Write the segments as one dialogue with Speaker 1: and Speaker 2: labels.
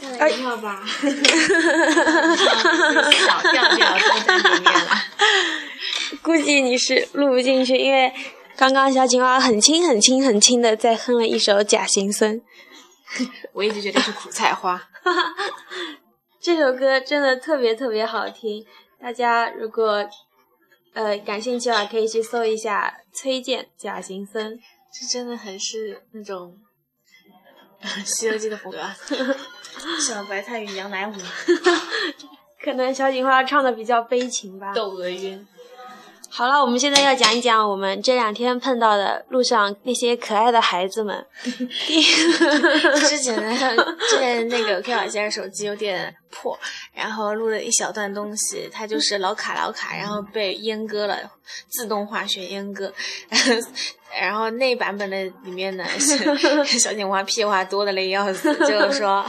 Speaker 1: 吓
Speaker 2: 哎
Speaker 1: 了一跳吧，
Speaker 3: 小调调都在里面了。
Speaker 2: 估计你是录不进去，因为刚刚小青蛙很轻很轻很轻的在哼了一首《假行僧》。
Speaker 3: 我一直觉得是苦菜花，
Speaker 2: 这首歌真的特别特别好听，大家如果呃感兴趣的话，可以去搜一下崔健《假行僧》。
Speaker 3: 这真的很是那种《西游记》的风格啊，小白菜与杨乃武，
Speaker 2: 可能小警花唱的比较悲情吧。
Speaker 3: 窦娥冤。
Speaker 2: 好了，我们现在要讲一讲我们这两天碰到的路上那些可爱的孩子们。第一
Speaker 3: 之前呢，之前那个 K 老先生手机有点破，然后录了一小段东西，他就是老卡老卡，然后
Speaker 2: 嗯
Speaker 3: 被阉割了，自动化学阉割。 然后那版本的里面呢，是 小警花屁话多的嘞要死，就是说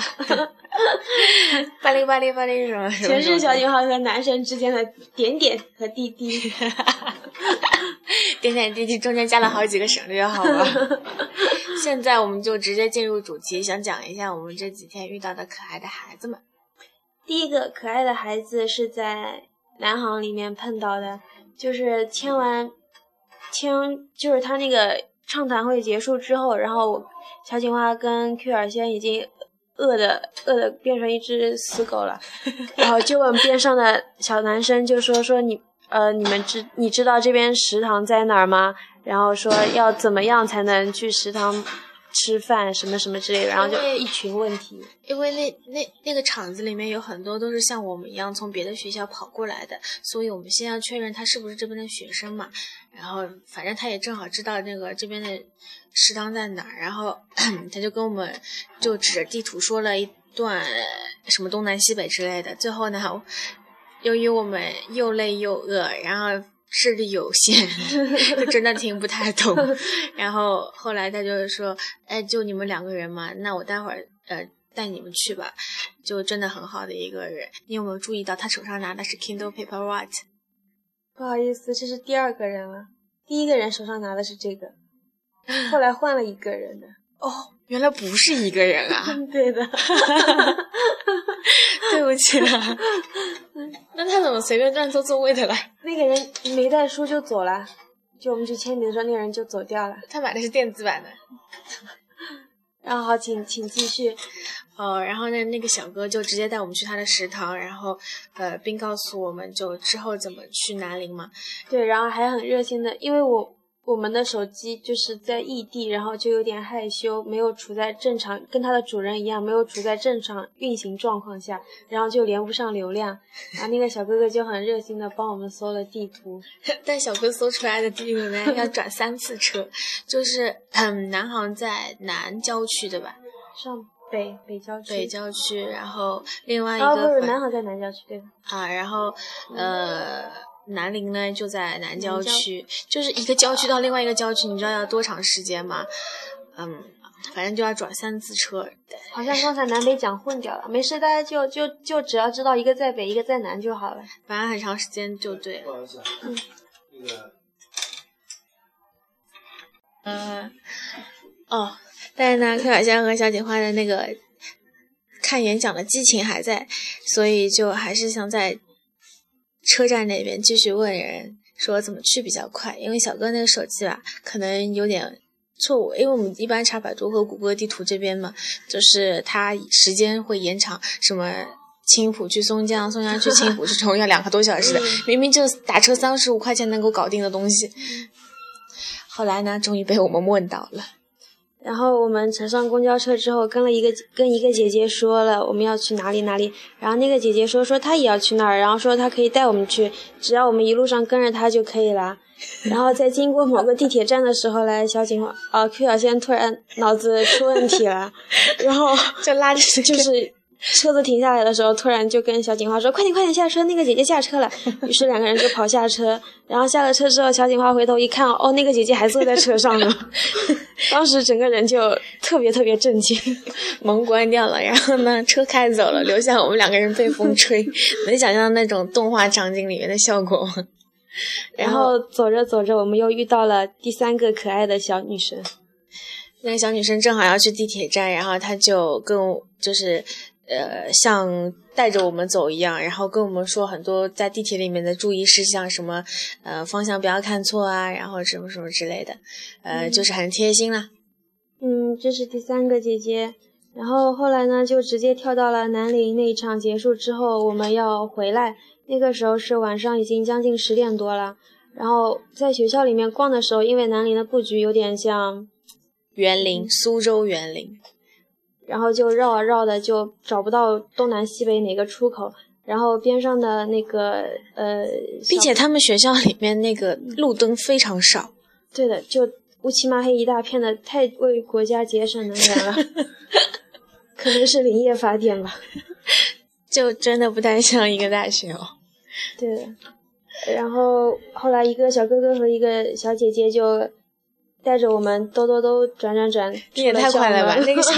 Speaker 3: 巴黎巴黎巴黎什么什么，
Speaker 2: 全是小警花和男神之间的点点和滴滴。
Speaker 3: 点点滴滴中间加了好几个省略 号吧。现在我们就直接进入主题，想讲一下我们这几天遇到的可爱的孩子们。
Speaker 2: 第一个可爱的孩子是在南航里面碰到的，就是签完签，就是他那个畅谈会结束之后，然后我小警花跟 Q 尔仙已经饿的饿的变成一只死狗了，然后就问边上的小男生，就说说你呃你们知你知道这边食堂在哪儿吗？然后说要怎么样才能去食堂吃饭什么什么之类的，然后就一群问 题。
Speaker 3: 因为那那那个厂子里面有很多都是像我们一样从别的学校跑过来的，所以我们先要确认他是不是这边的学生嘛。然后反正他也正好知道那个这边的食堂在哪儿，然后 他就跟我们就指着地图说了一段什么东南西北之类的。最后呢，由于我们又累又饿，然后。视力有限， 就真的听不太懂。然后后来他就说：“哎，就你们两个人嘛，那我待会儿呃带你们去吧。”就真的很好的一个人。你有没有注意到他手上拿的是 Kindle Paperwhite？
Speaker 2: 不好意思，这是第二个人了。第一个人手上拿的是这个，后来换了一个人的。
Speaker 3: 哦，原来不是一个人啊！
Speaker 2: 对的，
Speaker 3: 对不起啊。 那他怎么随便乱坐座位的了？
Speaker 2: 那个人没带书就走了，就我们去签名的时候，那个人就走掉了。
Speaker 3: 他买的是电子版的。
Speaker 2: 然后好，请请继续。
Speaker 3: 哦，然后呢，那个小哥就直接带我们去他的食堂，然后呃，并告诉我们就之后怎么去南宁嘛。
Speaker 2: 对，然后还很热心的，因为我我们的手机就是在异地，然后就有点害羞，没有处在正常，跟它的主人一样，没有处在正常运行状况下，然后就连不上流量。然后那个小哥哥就很热心的帮我们搜了地图，
Speaker 3: 但小哥搜出来的地图呢， 要转三次车，就是嗯，南航在南郊区对吧？
Speaker 2: 上北北郊区，
Speaker 3: 北郊区，然后另外一
Speaker 2: 哦，不
Speaker 3: 个
Speaker 2: 是
Speaker 3: 反
Speaker 2: 南航在南郊区对吧？
Speaker 3: 啊，然后呃，南宁呢就在南郊区，就是一个郊区到另外一个郊区，你知道要多长时间吗？嗯，反正就要转三次车。
Speaker 2: 好 像刚才南北讲混掉了，没事，大家就就就只要知道一个在北，一个在南就好了。
Speaker 3: 反正很长时间就对
Speaker 4: 不，好意思，啊那个
Speaker 3: 嗯、哦，但是呢，柯小仙和小警花的那个看演讲的激情还在，所以就还是想在车站那边继续问人说怎么去比较快，因为小哥那个手机吧可能有点错误，因为我们一般查百度和谷歌地图这边嘛，就是它时间会延长，什么青浦去松江，松江去青浦是同样两个多小
Speaker 2: 嗯
Speaker 3: 时的，明明就打车三十五块钱能够搞定的东西。后来呢，终于被我们问到了。
Speaker 2: 然后我们乘上公交车之后，跟了一个跟一个姐姐说了我们要去哪里哪里，然后那个姐姐说说她也要去那儿，然后说她可以带我们去，只要我们一路上跟着她就可以 啦。然后在经过某个地铁站的时候呢，小警花啊 Q 小仙突然脑子出问题了，然后
Speaker 3: 就拉着谁
Speaker 2: 就是车子停下来的时候，突然就跟小警花说：“快点，快点下车，那个姐姐下车了。”于是两个人就跑下车，然后下了车之后，小警花回头一看，哦，那个姐姐还坐在车上呢。 当时整个人就特别特别震惊。
Speaker 3: 门关掉了，然后呢，车开走了，留下我们两个人被风 吹，能想象那种动画场景里面的效果吗？
Speaker 2: 然后走着走着，我们又遇到了第三个可爱的小女生。
Speaker 3: 那个小女生正好要去地铁站，然后她就跟我就是，呃，像带着我们走一样，然后跟我们说很多在地铁里面的注意事项，什么呃方向不要看错啊，然后什么什么之类的，呃，
Speaker 2: 嗯
Speaker 3: 就是很贴心啦。
Speaker 2: 嗯，这是第三个姐姐。然后后来呢，就直接跳到了南宁那一场结束之后，我们要回来。那个时候是晚上已经将近十点多了。然后在学校里面逛的时候，因为南宁的布局有点像，
Speaker 3: 园
Speaker 2: 嗯
Speaker 3: 林，苏州园林，
Speaker 2: 然后就绕啊绕的，就找不到东南西北哪个出口。然后边上的那个呃，小嗯
Speaker 3: 并且他们学校里面那个路灯非常少，
Speaker 2: 对的，就乌漆嘛黑一大片的，太为国家节省能源了，可能是林业法典吧。
Speaker 3: 就真的不太像一个大学哦。
Speaker 2: 对的。然后后来一个小哥哥和一个小姐姐就带着我们兜兜兜转转转，
Speaker 3: 你也太快了吧！那
Speaker 2: 那
Speaker 3: 个 小，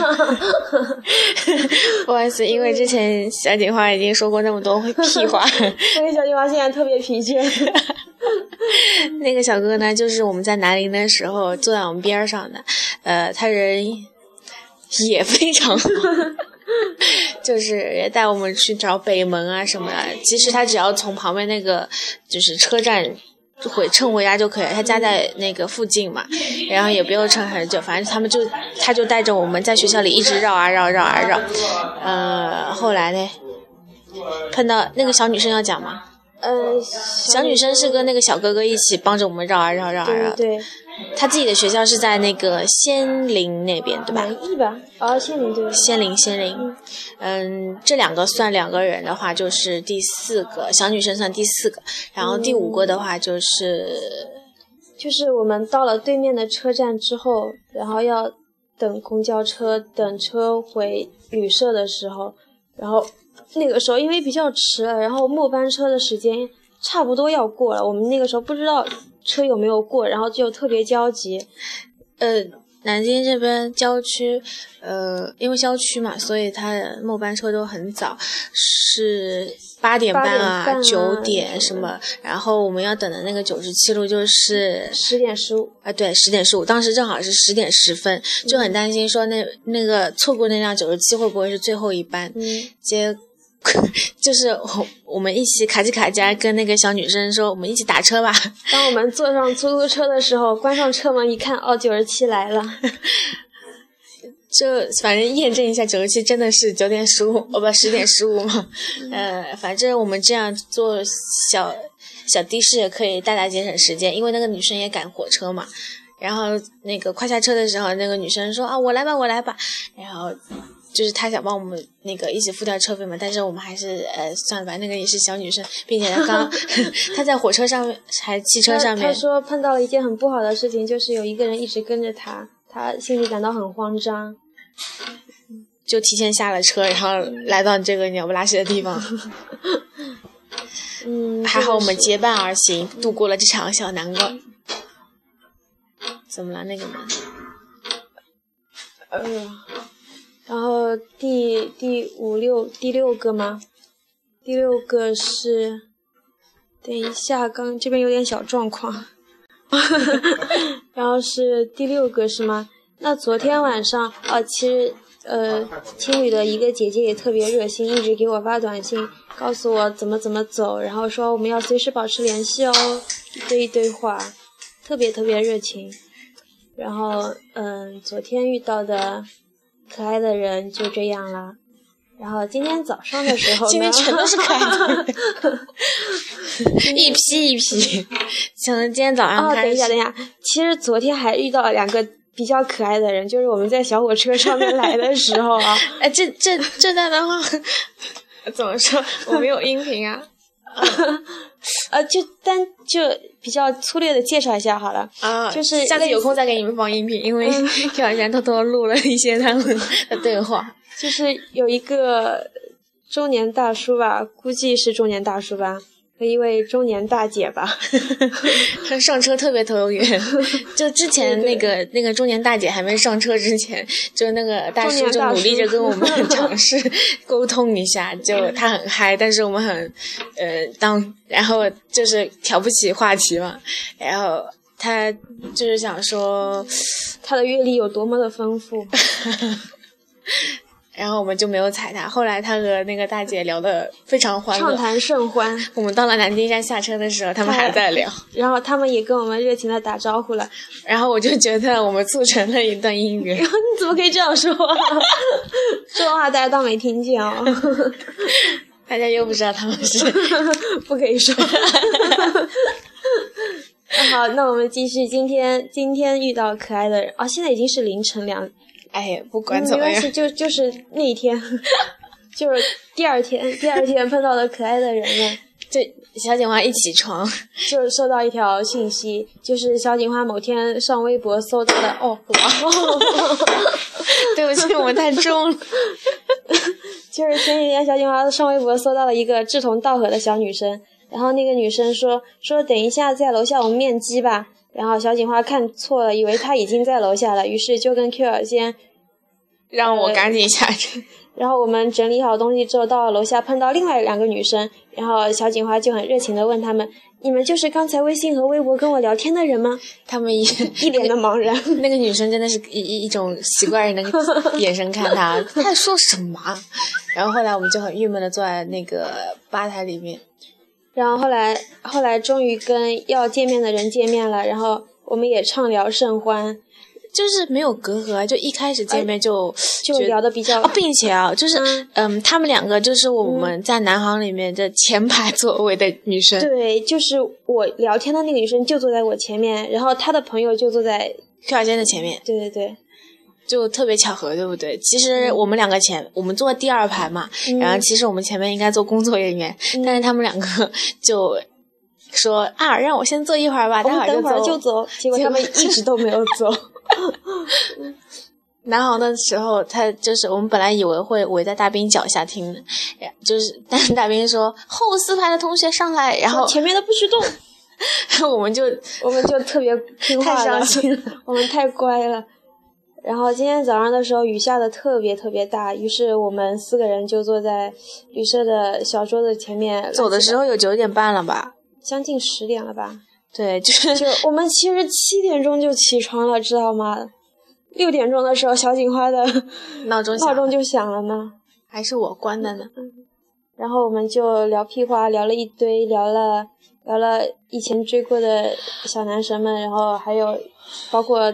Speaker 3: 不好意思，因为之前小姐花已经说过那么多屁话。
Speaker 2: 那个小女娃现在特别疲 倦。
Speaker 3: 那个小哥哥呢，就是我们在南宁的时候坐在我们边儿上的，呃，他人也非常好，就是也带我们去找北门啊什么的。其实他只要从旁边那个就是车站回乘回家就可以了，他家在那个附近嘛，然后也不用乘很久，反正他们就他就带着我们在学校里一直绕啊绕绕啊绕，呃，后来呢，碰到那个小女生要讲吗？
Speaker 2: 呃，
Speaker 3: 小
Speaker 2: 小
Speaker 3: 女生是跟那个小哥哥一起帮着我们绕啊绕绕啊绕
Speaker 2: 对。对
Speaker 3: 他自己的学校是在那个仙林那边，对吧？
Speaker 2: 满意吧？哦，谢你对吧。
Speaker 3: 仙林，仙林，嗯，这两个算两个人的话，就是第四个小女生算第四个，然后第五个的话就是，
Speaker 2: 就是我们到了对面的车站之后，然后要等公交车，等车回旅社的时候，然后那个时候因为比较迟了，然后末班车的时间差不多要过了，我们那个时候不知道车有没有过，然后就特别焦急。
Speaker 3: 呃，南京这边郊区，呃，因为郊区嘛，所以它的末班车都很早，是八点半
Speaker 2: 8点半
Speaker 3: 啊
Speaker 2: 啊、
Speaker 3: 九点什么，然后我们要等的那个九十七路就是
Speaker 2: 十点十五，
Speaker 3: 啊，对，十点十五，当时正好是十点十分，就很担心说那那个错过那辆九十七会不会是最后一班？
Speaker 2: 嗯，
Speaker 3: 结 就是我我们一起卡叽卡叽跟那个小女生说，我们一起打车吧。
Speaker 2: 当我们坐上出租车的时候，关上车门一看，哦，九十七来了，
Speaker 3: 就反正验证一下九十七真的是九点十五，哦不，十点十五嘛。 呃，反正我们这样坐小小的士也可以大大节省时间，因为那个女生也赶火车嘛。然后那个快下车的时候，那个女生说啊，我来吧，我来吧。然后就是她想帮我们那个一起付掉车费嘛，但是我们还是呃算了吧，那个也是小女生，并且她刚她在火车上面还汽车上
Speaker 2: 他
Speaker 3: 面
Speaker 2: 说碰到了一件很不好的事情，就是有一个人一直跟着他，他心里感到很慌张。
Speaker 3: 就提前下了车，然后来到这个鸟不拉屎的地方。
Speaker 2: 嗯，
Speaker 3: 还好我们
Speaker 2: 这个是
Speaker 3: 结伴而行，度过了这场小难关。怎么了？那个呢？
Speaker 2: 呃，然后第第五六第六个吗？第六个是，等一下，刚这边有点小状况。 然后是第六个是吗？那昨天晚上啊，其实呃，青旅的一个姐姐也特别热心，一直给我发短信，告诉我怎么怎么走，然后说我们要随时保持联系哦，一堆一堆话，特别特别热情。然后，嗯，昨天遇到的可爱的人就这样啦。然后今天早上的时候呢，
Speaker 3: 今天全都是可爱 的，一批一批。从今天早上
Speaker 2: 哦，
Speaker 3: 啊开
Speaker 2: 等一
Speaker 3: 始，
Speaker 2: 下，等一下，其实昨天还遇到了两个比较可爱的人，就是我们在小火车上面来的时候 啊，
Speaker 3: 哎，这这这段的话 怎么说？我没有音频啊。
Speaker 2: 呃，就单就比较粗略的介绍一下好了。
Speaker 3: 啊，
Speaker 2: 就是
Speaker 3: 下次有空再给你们放音频，因为小然偷偷录了一些他们的对话。
Speaker 2: 就是有一个中年大叔吧，估计是中年大叔吧，和一位中年大姐 吧，
Speaker 3: 上车特别投缘， 就之前那个那个中年大姐还没上车之前，就那个大叔就努力着跟我们尝试沟通一 下，就他很嗨，但是我们很呃当，然后就是挑不起话题嘛，然后他就是想说，
Speaker 2: 她的阅历有多么的丰富。
Speaker 3: 哎然后我们就没有踩他。后来他和那个大姐聊得非常欢
Speaker 2: 畅
Speaker 3: 乐，
Speaker 2: 谈甚欢，
Speaker 3: 我们到了南京站下车的时候，他们还在 聊。
Speaker 2: 然后他们也跟我们热情的打招呼了。
Speaker 3: 然后我就觉得我们促成了一段姻缘
Speaker 2: 然。后你怎么可以这样说 话？这种话大家当没听见哦，
Speaker 3: 大家又不知道他们是
Speaker 2: 不可以说。那好，那我们继续今天今天遇到可爱的人哦，现在已经是凌晨两，
Speaker 3: 哎呀，不管
Speaker 2: 嗯没
Speaker 3: 怎么
Speaker 2: 关
Speaker 3: 样
Speaker 2: 系，，就就是那一天， 就是第二天，第二天碰到的可爱的人们。
Speaker 3: 这小警花一起床，
Speaker 2: 就是收到一条信息，就是小警花某天上微博搜到的哦，
Speaker 3: 对不起，我们太 重了。
Speaker 2: 就是前几天小警花上微博搜到了一个志同道合的小女生，然后那个女生说说等一下在楼下我们面基吧，然后小警花看错了，以为她已经在楼下了，于是就跟 Q 儿先，
Speaker 3: 让我赶紧下车。
Speaker 2: 然后我们整理好东西之后到了楼下碰到另外两个女生，然后小警花就很热情的问她们，你们就是刚才微信和微博跟我聊天的人吗？
Speaker 3: 他们也
Speaker 2: 一脸的茫然。
Speaker 3: 那个女生真的是一一一种奇怪人的眼神看 他，他在说什么啊？然后后来我们就很郁闷的坐在那个吧台里面，
Speaker 2: 然后后来后来终于跟要见面的人见面了，然后我们也畅聊甚欢，
Speaker 3: 就是没有隔阂啊，就一开始见面就
Speaker 2: 就
Speaker 3: 觉得
Speaker 2: 聊得比 较
Speaker 3: 啊，并且啊，就是
Speaker 2: 嗯
Speaker 3: 嗯他们两个就是我们在南航里面的前排座位的女生，
Speaker 2: 对，就是我聊天的那个女生就坐在我前面，然后她的朋友就坐在
Speaker 3: 跳小间的前面，
Speaker 2: 对对对，
Speaker 3: 就特别巧合，对不对？其实我们两个前，我们坐第二排嘛，
Speaker 2: 嗯
Speaker 3: 然后其实我们前面应该坐工作人员，但是他们两个就说啊，让我先坐一会儿吧，
Speaker 2: 我
Speaker 3: 待
Speaker 2: 们哦等会
Speaker 3: 会儿
Speaker 2: 儿
Speaker 3: 就
Speaker 2: 就
Speaker 3: 走。
Speaker 2: 走，结果他们一直都没有 走，
Speaker 3: 南航的时候，他就是我们本来以为会围在大兵脚下听的，然就是但是大兵说后四排的同学上来，然后
Speaker 2: 前面的不许动，
Speaker 3: 我们就
Speaker 2: 我们就特别听
Speaker 3: 太
Speaker 2: 话了
Speaker 3: 伤，心了。
Speaker 2: 我们太乖了。然后今天早上的时候雨下的特别特别大，于是我们四个人就坐在旅社的小桌子前面，
Speaker 3: 走的时候有九点半了吧？
Speaker 2: 将近十点了吧。
Speaker 3: 对，就是
Speaker 2: 就我们其实七点钟就起床了，知道吗？六点钟的时候，小警花的
Speaker 3: 闹钟响
Speaker 2: 闹
Speaker 3: 了，
Speaker 2: 钟就响了嘛。
Speaker 3: 还是我关的呢。
Speaker 2: 然后我们就聊屁话，聊了一堆，聊了聊了以前追过的小男神们，然后还有包括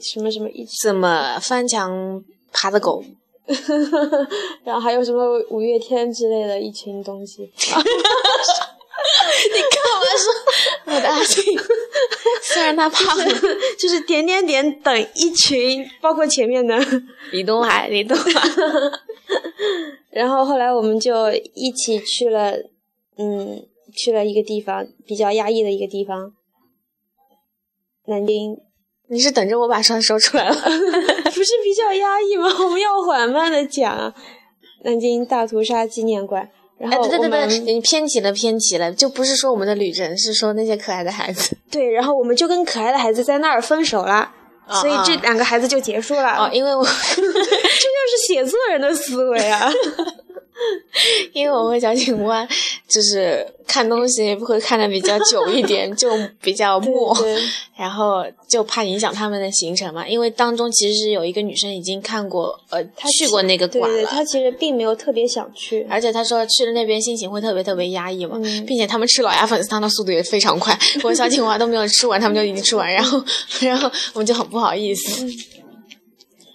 Speaker 2: 什么什么一，
Speaker 3: 怎么翻墙爬的狗？
Speaker 2: 然后还有什么五月天之类的一群东西。
Speaker 3: 我的阿信， 虽然他胖了。
Speaker 2: 就是点点点等一群，包括前面的。
Speaker 3: 李东海，李东 海，
Speaker 2: 然后后来我们就一起去了，嗯，去了一个地方，比较压抑的一个地方，南京。
Speaker 3: 你是等着我把话说出 来 了？
Speaker 2: 不是比较压抑吗？ 我们要缓慢的讲啊。南京大屠杀纪念馆，然
Speaker 3: 哎，
Speaker 2: 后
Speaker 3: 对对
Speaker 2: 我
Speaker 3: 对
Speaker 2: 们、
Speaker 3: 对，你偏题了，偏题了，就不是说我们的旅程，是说那些可爱的孩子。
Speaker 2: 对然后我们就跟可爱的孩子在那儿分手了。所以这两个孩子就结束了，
Speaker 3: 哦，因为 我
Speaker 2: 这就是写作人的思维啊！
Speaker 3: 因为我和小警官就是看东西会看的比较久一 点，就比较
Speaker 2: 对
Speaker 3: 默。
Speaker 2: 对
Speaker 3: 然后就怕影响他们的行程嘛，因为当中其实是有一个女生已经看过，呃，
Speaker 2: 他
Speaker 3: 去过那个
Speaker 2: 对
Speaker 3: 馆
Speaker 2: 对，
Speaker 3: 了，哎
Speaker 2: 他其实并没有特别想去，
Speaker 3: 而且她说去了那边心情会特别特别压抑嘛，
Speaker 2: 嗯
Speaker 3: 并且他们吃老鸭粉丝汤的速度也非 常快，我和小青蛙都没有吃完，他们就已经吃完，然后然后我们就很不好意思。
Speaker 2: 嗯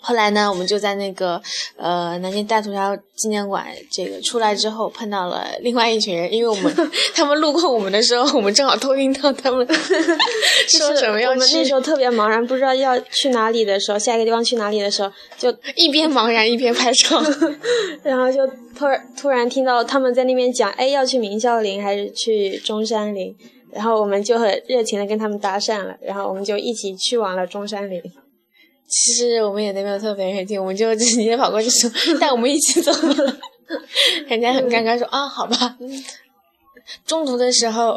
Speaker 3: 后来呢，我们就在那个呃南京大屠杀纪念馆这个出来之后，碰到了另外一群人，因为我们 他们路过我们的时候，我们正好偷听到他们说
Speaker 2: 就是
Speaker 3: 什么要
Speaker 2: 我们那
Speaker 3: 去
Speaker 2: 时，候特别茫然，不知道要去哪里的时候，下一个地方去哪里的时候，就
Speaker 3: 一边茫然一边 拍照。
Speaker 2: 然后就突然突然听到他们在那边讲，哎，要去明孝陵还是去中山陵？然后我们就很热情的跟他们搭讪了，然后我们就一起去往了中山陵。
Speaker 3: 其实我们也没有特别认定，我们就 直接跑过去 说带我们一起走吧。人家很尴尬说啊，好吧。
Speaker 2: 嗯
Speaker 3: 中途的时候，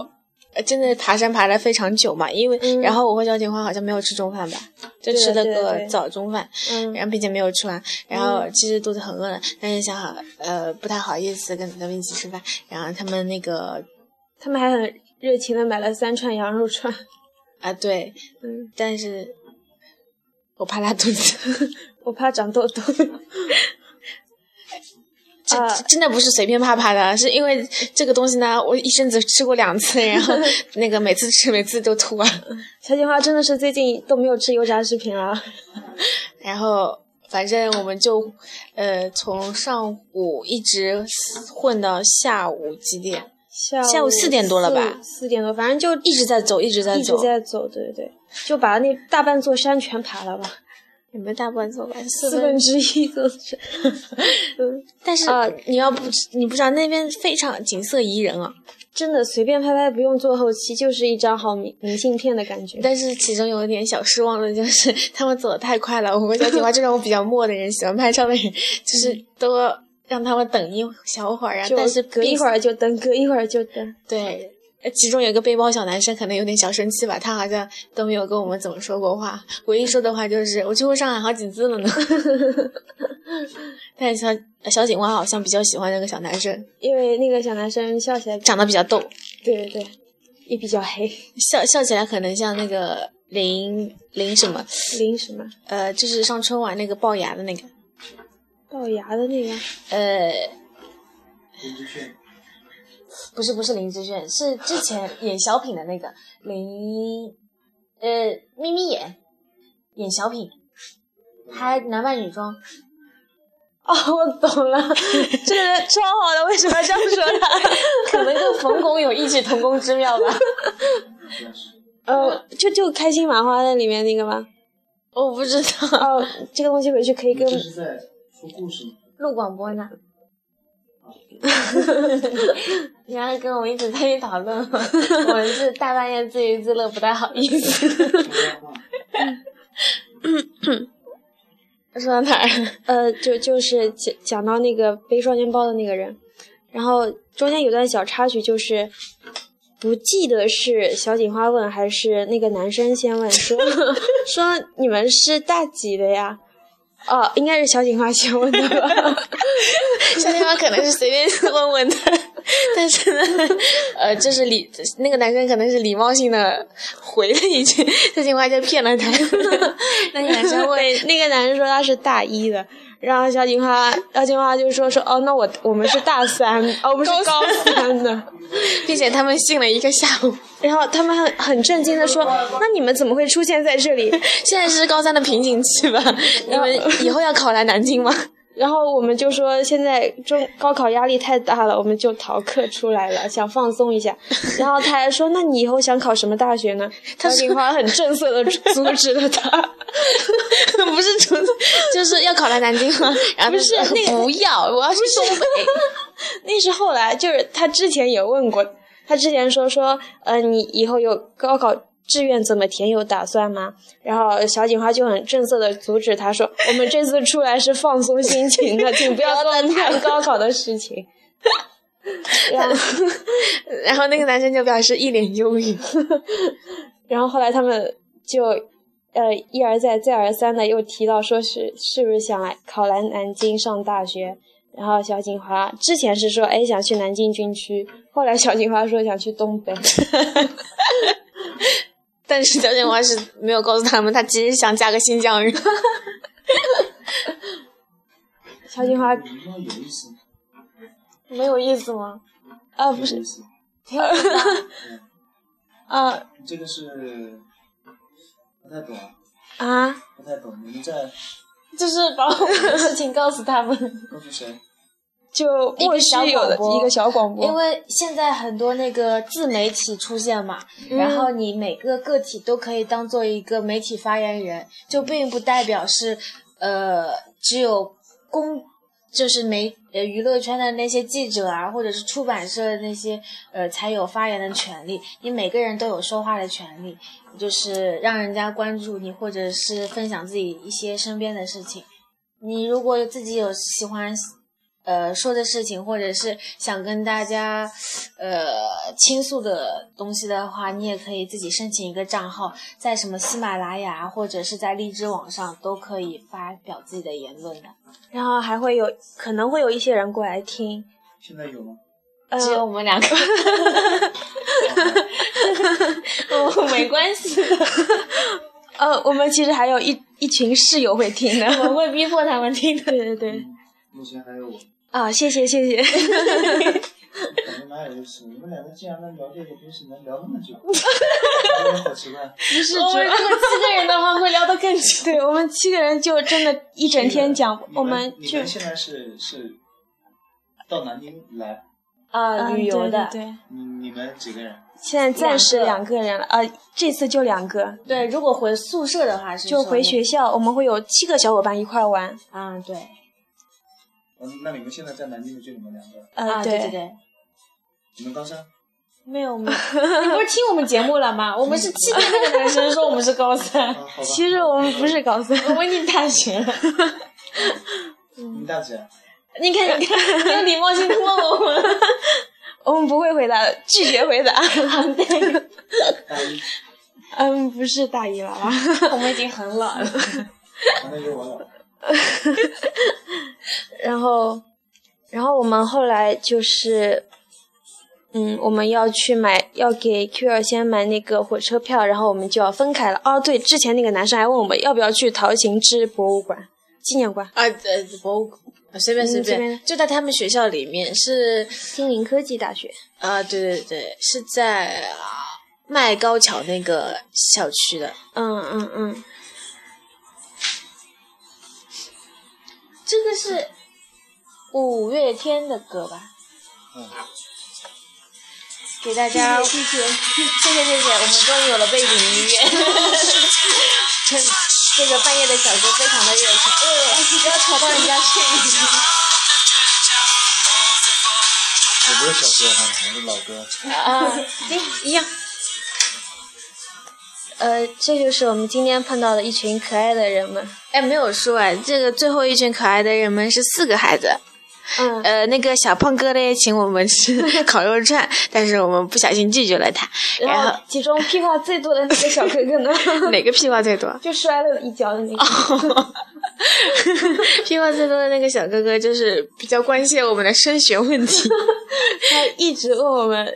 Speaker 3: 呃真的爬山爬了非常久嘛，因为、
Speaker 2: 嗯
Speaker 3: 然后我和小警花好像没有吃中饭吧，就
Speaker 2: 对啊
Speaker 3: 吃了
Speaker 2: 对
Speaker 3: 个
Speaker 2: 对
Speaker 3: 早中饭，
Speaker 2: 嗯
Speaker 3: 然后并且没有吃完，然后其实肚子很饿了，但是想好呃不太好意思跟他们一起吃饭，然后他们那个
Speaker 2: 他们还很热情的买了三串羊肉串，
Speaker 3: 啊对，
Speaker 2: 嗯，
Speaker 3: 但是我怕拉肚子，
Speaker 2: 我怕长痘 痘。
Speaker 3: 这、
Speaker 2: 啊
Speaker 3: 这真的不是随便怕怕的，是因为这个东西呢，我一生只吃过两次，然后那个每次吃每次都吐啊，
Speaker 2: 小锦花真的是最近都没有吃油炸食品了。
Speaker 3: 然后反正我们就呃从上午一直混到下午几点，
Speaker 2: 下午
Speaker 3: 下午四点多了吧
Speaker 2: 四四点多，反正就
Speaker 3: 一直在走，一直在
Speaker 2: 一直
Speaker 3: 走，
Speaker 2: 在走，对对对，就把那大半座山全爬 了吧，
Speaker 3: 有没有大半走吧？
Speaker 2: 四
Speaker 3: 四分
Speaker 2: 分之一座山。嗯，
Speaker 3: 但是、
Speaker 2: 啊
Speaker 3: 你要不知你不知道那边非常景色宜人啊，
Speaker 2: 真的随便拍拍，不用做后期，就是一张好明明信片的感觉。
Speaker 3: 但是其中有一点小失望的就是 他们走的太快了。我和小锦花这种比较磨的人，喜欢拍照的人，就是都让他们等一小会儿啊。
Speaker 2: 嗯就
Speaker 3: 但是
Speaker 2: 隔一会
Speaker 3: 儿，
Speaker 2: 儿就登，隔一会儿就登。
Speaker 3: 对，呃其中有一个背包小男生可能有点小生气吧，他好像都没有跟我们怎么说过话，唯一说的话就是我去过上海好几次了呢。 但是小小警花好像比较喜欢那个小男生，
Speaker 2: 因为那个小男生笑起来，
Speaker 3: 长得比较逗，
Speaker 2: 对对对，也比较黑，
Speaker 3: 笑笑起来可能像那个林林什么，
Speaker 2: 林什么
Speaker 3: 呃，就是上春晚那个龅牙的那个。
Speaker 2: 龅牙的那个，
Speaker 3: 呃，
Speaker 4: 林志炫，
Speaker 3: 不是不是林志炫，是之前演小品的那个林，呃，眯眯眼，演小品，还男扮女装，
Speaker 2: 哦，我懂了，这个人超好的，为什么要这样说 他？
Speaker 3: 可能跟冯巩有异曲同工之妙吧。
Speaker 2: 呃，
Speaker 3: 嗯
Speaker 2: 就就开心麻花的里面那个吗？
Speaker 3: 我不知道，
Speaker 2: 哦，这个东西回去 可以
Speaker 4: 你
Speaker 2: 跟
Speaker 4: 这是在说故事吗？
Speaker 3: 录广播 呢。原来跟我一起参与讨论，我们是大半夜自娱自乐，不太好意思。说到
Speaker 4: 说大话
Speaker 3: 哪儿 了？
Speaker 2: 呃，就就是讲讲到那个背双肩包的那个人，然后中间有段小插曲，就是不记得是小警花问还是那个男生先问 说说你们是大几的呀？哦，应该是小警花先问的 吧？
Speaker 3: 小地方可能是随便问问的，但是呢，呃，就是礼那个男生可能是礼貌性的回了一句，这句话就骗了他。
Speaker 2: 哎
Speaker 3: 那个男生问，
Speaker 2: 对，那个男生说他是大一的，然后小警花小警花就说说哦，那我我们是大三，哦，我们是高三的。
Speaker 3: 并且他们信了一个下午。
Speaker 2: 然后他们很很震惊的 说：“那你们怎么会出现在这里？”
Speaker 3: 现在是高三的瓶颈期吧？你们以后要考来南京吗？
Speaker 2: 然后我们就说，现在中高考压力太大了，我们就逃课出来了，想放松 一下。然后他还说：“那你以后想考什么大学呢？”他警花很正色的 阻止了他。
Speaker 3: 不是竹子， 就是要考来南京吗？然后他
Speaker 2: 不是
Speaker 3: 说
Speaker 2: 那个
Speaker 3: 不要，我要去东北。
Speaker 2: 那是后来，就是他之前有问过，他之前说说，呃，你以后有高考志愿怎么填有打算吗？然后小警花就很正色的阻止他说：“我们这次出来是放松心情的，请不要乱谈高考的事 情。”然后，
Speaker 3: 然后那个男生就表示一脸忧郁。
Speaker 2: 然后后来他们就，呃，一而再，再而三的又提到说是是不是想来考来南京上大学。然后小锦华之前是说，哎，想去南京军区，后来小锦华说想去东北。
Speaker 3: 但是小警花是没有告诉他们，他其实想嫁个新疆人。
Speaker 2: 小锦华
Speaker 4: 你说有意思吗，
Speaker 3: 没有意思吗？
Speaker 2: 啊，
Speaker 4: 有
Speaker 2: 不是
Speaker 4: 意思。
Speaker 2: 啊
Speaker 4: 你这个是不太懂啊，
Speaker 3: 嗯
Speaker 2: 啊，
Speaker 4: 不太懂。你们在
Speaker 3: 就是把我们的事情告诉他们，
Speaker 4: 告诉谁？
Speaker 2: 就
Speaker 3: 一
Speaker 2: 莫
Speaker 3: 个
Speaker 2: 须
Speaker 3: 小
Speaker 2: 有的
Speaker 3: 广播
Speaker 2: 一个小广播，
Speaker 3: 因为现在很多那个自媒体出现嘛，然后你每个个体都可以当做一个媒体发言人，就并不代表是呃只有公就是媒呃娱乐圈的那些记者啊，或者是出版社的那些呃才有发言的权利。你每个人都有说话的权利，就是让人家关注你，或者是分享自己一些身边的事情。你如果自己有喜欢呃说的事情，或者是想跟大家呃倾诉的东西的话，你也可以自己申请一个账号，在什么喜马拉雅或者是在荔枝网上都可以发表自己的言论的。
Speaker 2: 然后还会有可能会有一些人过来听，
Speaker 4: 现在有吗？
Speaker 2: 呃，
Speaker 3: 只有我们 两个，我哦没 关系，
Speaker 2: 呃，我们其实还有一一群室友会 听的。
Speaker 3: 我们会逼迫他们听的。
Speaker 2: 对对对，
Speaker 4: 嗯，目前还有我。
Speaker 2: 啊，谢谢 谢谢。
Speaker 4: 感觉哪有意思？你们两个竟然能聊这个东西，能聊那么 久，我觉得好奇怪。
Speaker 2: 不是
Speaker 3: 我
Speaker 2: 只
Speaker 3: 们
Speaker 2: 有
Speaker 3: 哦如果七个人的话，会聊得更久。
Speaker 2: 对我们七个人就真的，一整天讲，
Speaker 4: 你
Speaker 2: 我们
Speaker 4: 你
Speaker 2: 就
Speaker 4: 们现在是是到南京来，
Speaker 3: 啊，
Speaker 2: 嗯
Speaker 3: 旅游的，
Speaker 2: 对对对，
Speaker 4: 你你们几个人？
Speaker 2: 现在暂时
Speaker 3: 两
Speaker 2: 两个人了，啊，这次就两个，
Speaker 3: 对，如果回宿舍的话是
Speaker 2: 就回
Speaker 3: 去
Speaker 2: 学校，我们会有七个小伙伴一块儿玩。
Speaker 3: 啊，对
Speaker 4: 嗯，那你们现在在南京的就你们两个，
Speaker 2: 呃，
Speaker 3: 啊，对对对，
Speaker 4: 你们高三？
Speaker 3: 没有 没有，你不是听我们节目了吗？我们是气对那个男生说我们是高
Speaker 4: 啊，
Speaker 3: 三，
Speaker 4: 好吧。
Speaker 2: 其实我们不是高三，
Speaker 3: 我们已经大学了。
Speaker 4: 你大几啊？
Speaker 3: 你看你看，你有礼貌性的问我们，
Speaker 2: 我们不会回答，拒绝回 答。
Speaker 4: 大一，
Speaker 2: 嗯，不是大一了吧？
Speaker 3: 我们已经很老 了。
Speaker 4: 啊那就我了。
Speaker 2: 然后，然后我们后来就是，嗯，我们要去买，要给 Q 二先买那个火车票，然后我们就要分开了。哦，对，之前那个男生还问我们要不要去陶行知博物馆、纪念馆、
Speaker 3: 啊，呃，博物随便随
Speaker 2: 嗯随
Speaker 3: 便
Speaker 2: 便，
Speaker 3: 就在他们学校里面是
Speaker 2: 金陵科技大学。
Speaker 3: 啊，对对对，是在啊迈高桥那个校区的。
Speaker 2: 嗯嗯嗯，
Speaker 3: 这个是五月天的歌吧？
Speaker 4: 嗯，
Speaker 3: 给大家谢谢谢谢谢谢，我们终于有了背景音乐。 这这个半夜的小哥非常的热情，呃，不要吵到人家 睡觉。
Speaker 4: 我不是小哥哈，我是老哥。
Speaker 3: 啊，对，一样。
Speaker 2: 呃，这就是我们今天碰到的一群可爱的人们。
Speaker 3: 哎，没有说哎，这个最后一群可爱的人们是四个孩子。
Speaker 2: 嗯，
Speaker 3: 呃，那个小胖哥嘞，请我们吃 烤肉串，但是我们不小心拒绝了 他。然
Speaker 2: 然
Speaker 3: 后
Speaker 2: 后其中屁话最多的那个小哥哥呢，
Speaker 3: 哪个屁话最多？
Speaker 2: 就摔了一跤的那个。
Speaker 3: 屁话最多的那个小哥哥，就是比较关心我们的升学问题。
Speaker 2: 他一直问我们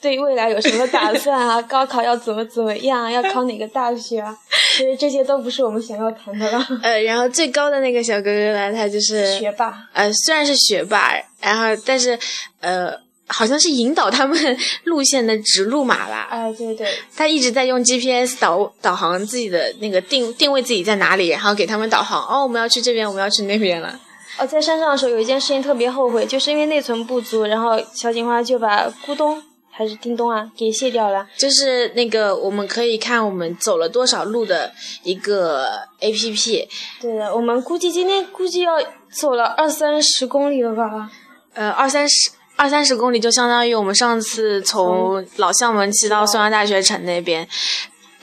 Speaker 2: 对未来有什么打算啊， 高考要怎么怎么样啊，要考哪个大学啊，其实这些都不是我们想要谈的了。
Speaker 3: 呃，然后最高的那个小哥哥呢，他就是
Speaker 2: 学霸，
Speaker 3: 呃，虽然是学霸，然后但是呃，好像是引导他们路线的指路马吧。
Speaker 2: 哎，对对，
Speaker 3: 他一直在用 GPS 导导航自己的那个定定位自己在哪里，然后给他们导航。哦，我们要去这边，我们要去那边了。
Speaker 2: 哦，在山上的时候有一件事情特别后悔，就是因为内存不足，然后小警花就把咕咚还是叮咚啊给卸掉了。
Speaker 3: 就是那个我们可以看我们走了多少路的一个 A P P，
Speaker 2: 对的，我们估计今天估计要走了二三十公里了吧？
Speaker 3: 呃，二三十。二三十公里就相当于我们上次从哦老校门骑到松江大学城那边，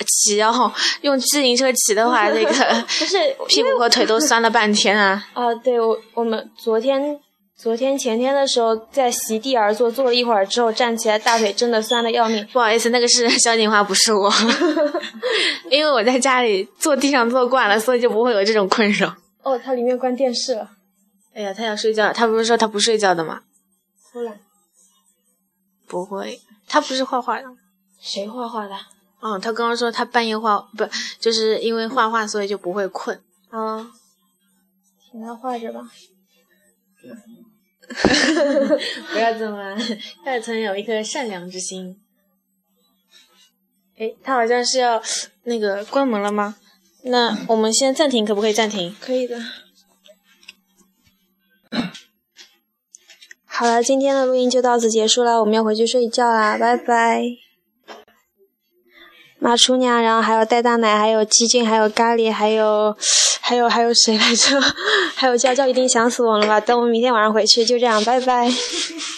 Speaker 3: 骑，然后用自行车骑的话，那 个
Speaker 2: 不是，
Speaker 3: 屁股和腿都酸了半天啊！
Speaker 2: 啊，对我我们昨天、昨天前天的时候，在席地而坐坐了一会儿之后，站起来大腿真的酸的要命。
Speaker 3: 不好意思，那个是萧景华，不是 我，因为我在家里坐地上坐惯了，所以就不会有这种困扰。
Speaker 2: 哦，它里面关电视了，
Speaker 3: 哎呀，他要睡觉，他不是说他不睡觉的吗？
Speaker 2: 偷懒。
Speaker 3: 不会，他不是画画的吗。
Speaker 2: 谁画画的？
Speaker 3: 嗯，他刚刚说他半夜画不，就是因为画画，所以就不会困。
Speaker 2: 啊，请他画着吧。
Speaker 3: 不要这么，戴存有一颗善良之心。哎，他好像是要那个关门了吗？那我们先暂停，可不可以暂停？
Speaker 2: 可以的。 好了，今天的录音就到此结束了，我们要回去睡觉啦，拜拜。马厨娘，然后还有戴大奶，还有鸡精，还有咖喱，还有 还有还有 谁来着？还有娇娇，一定想死我了吧？等我们明天晚上回去，就这样，拜拜。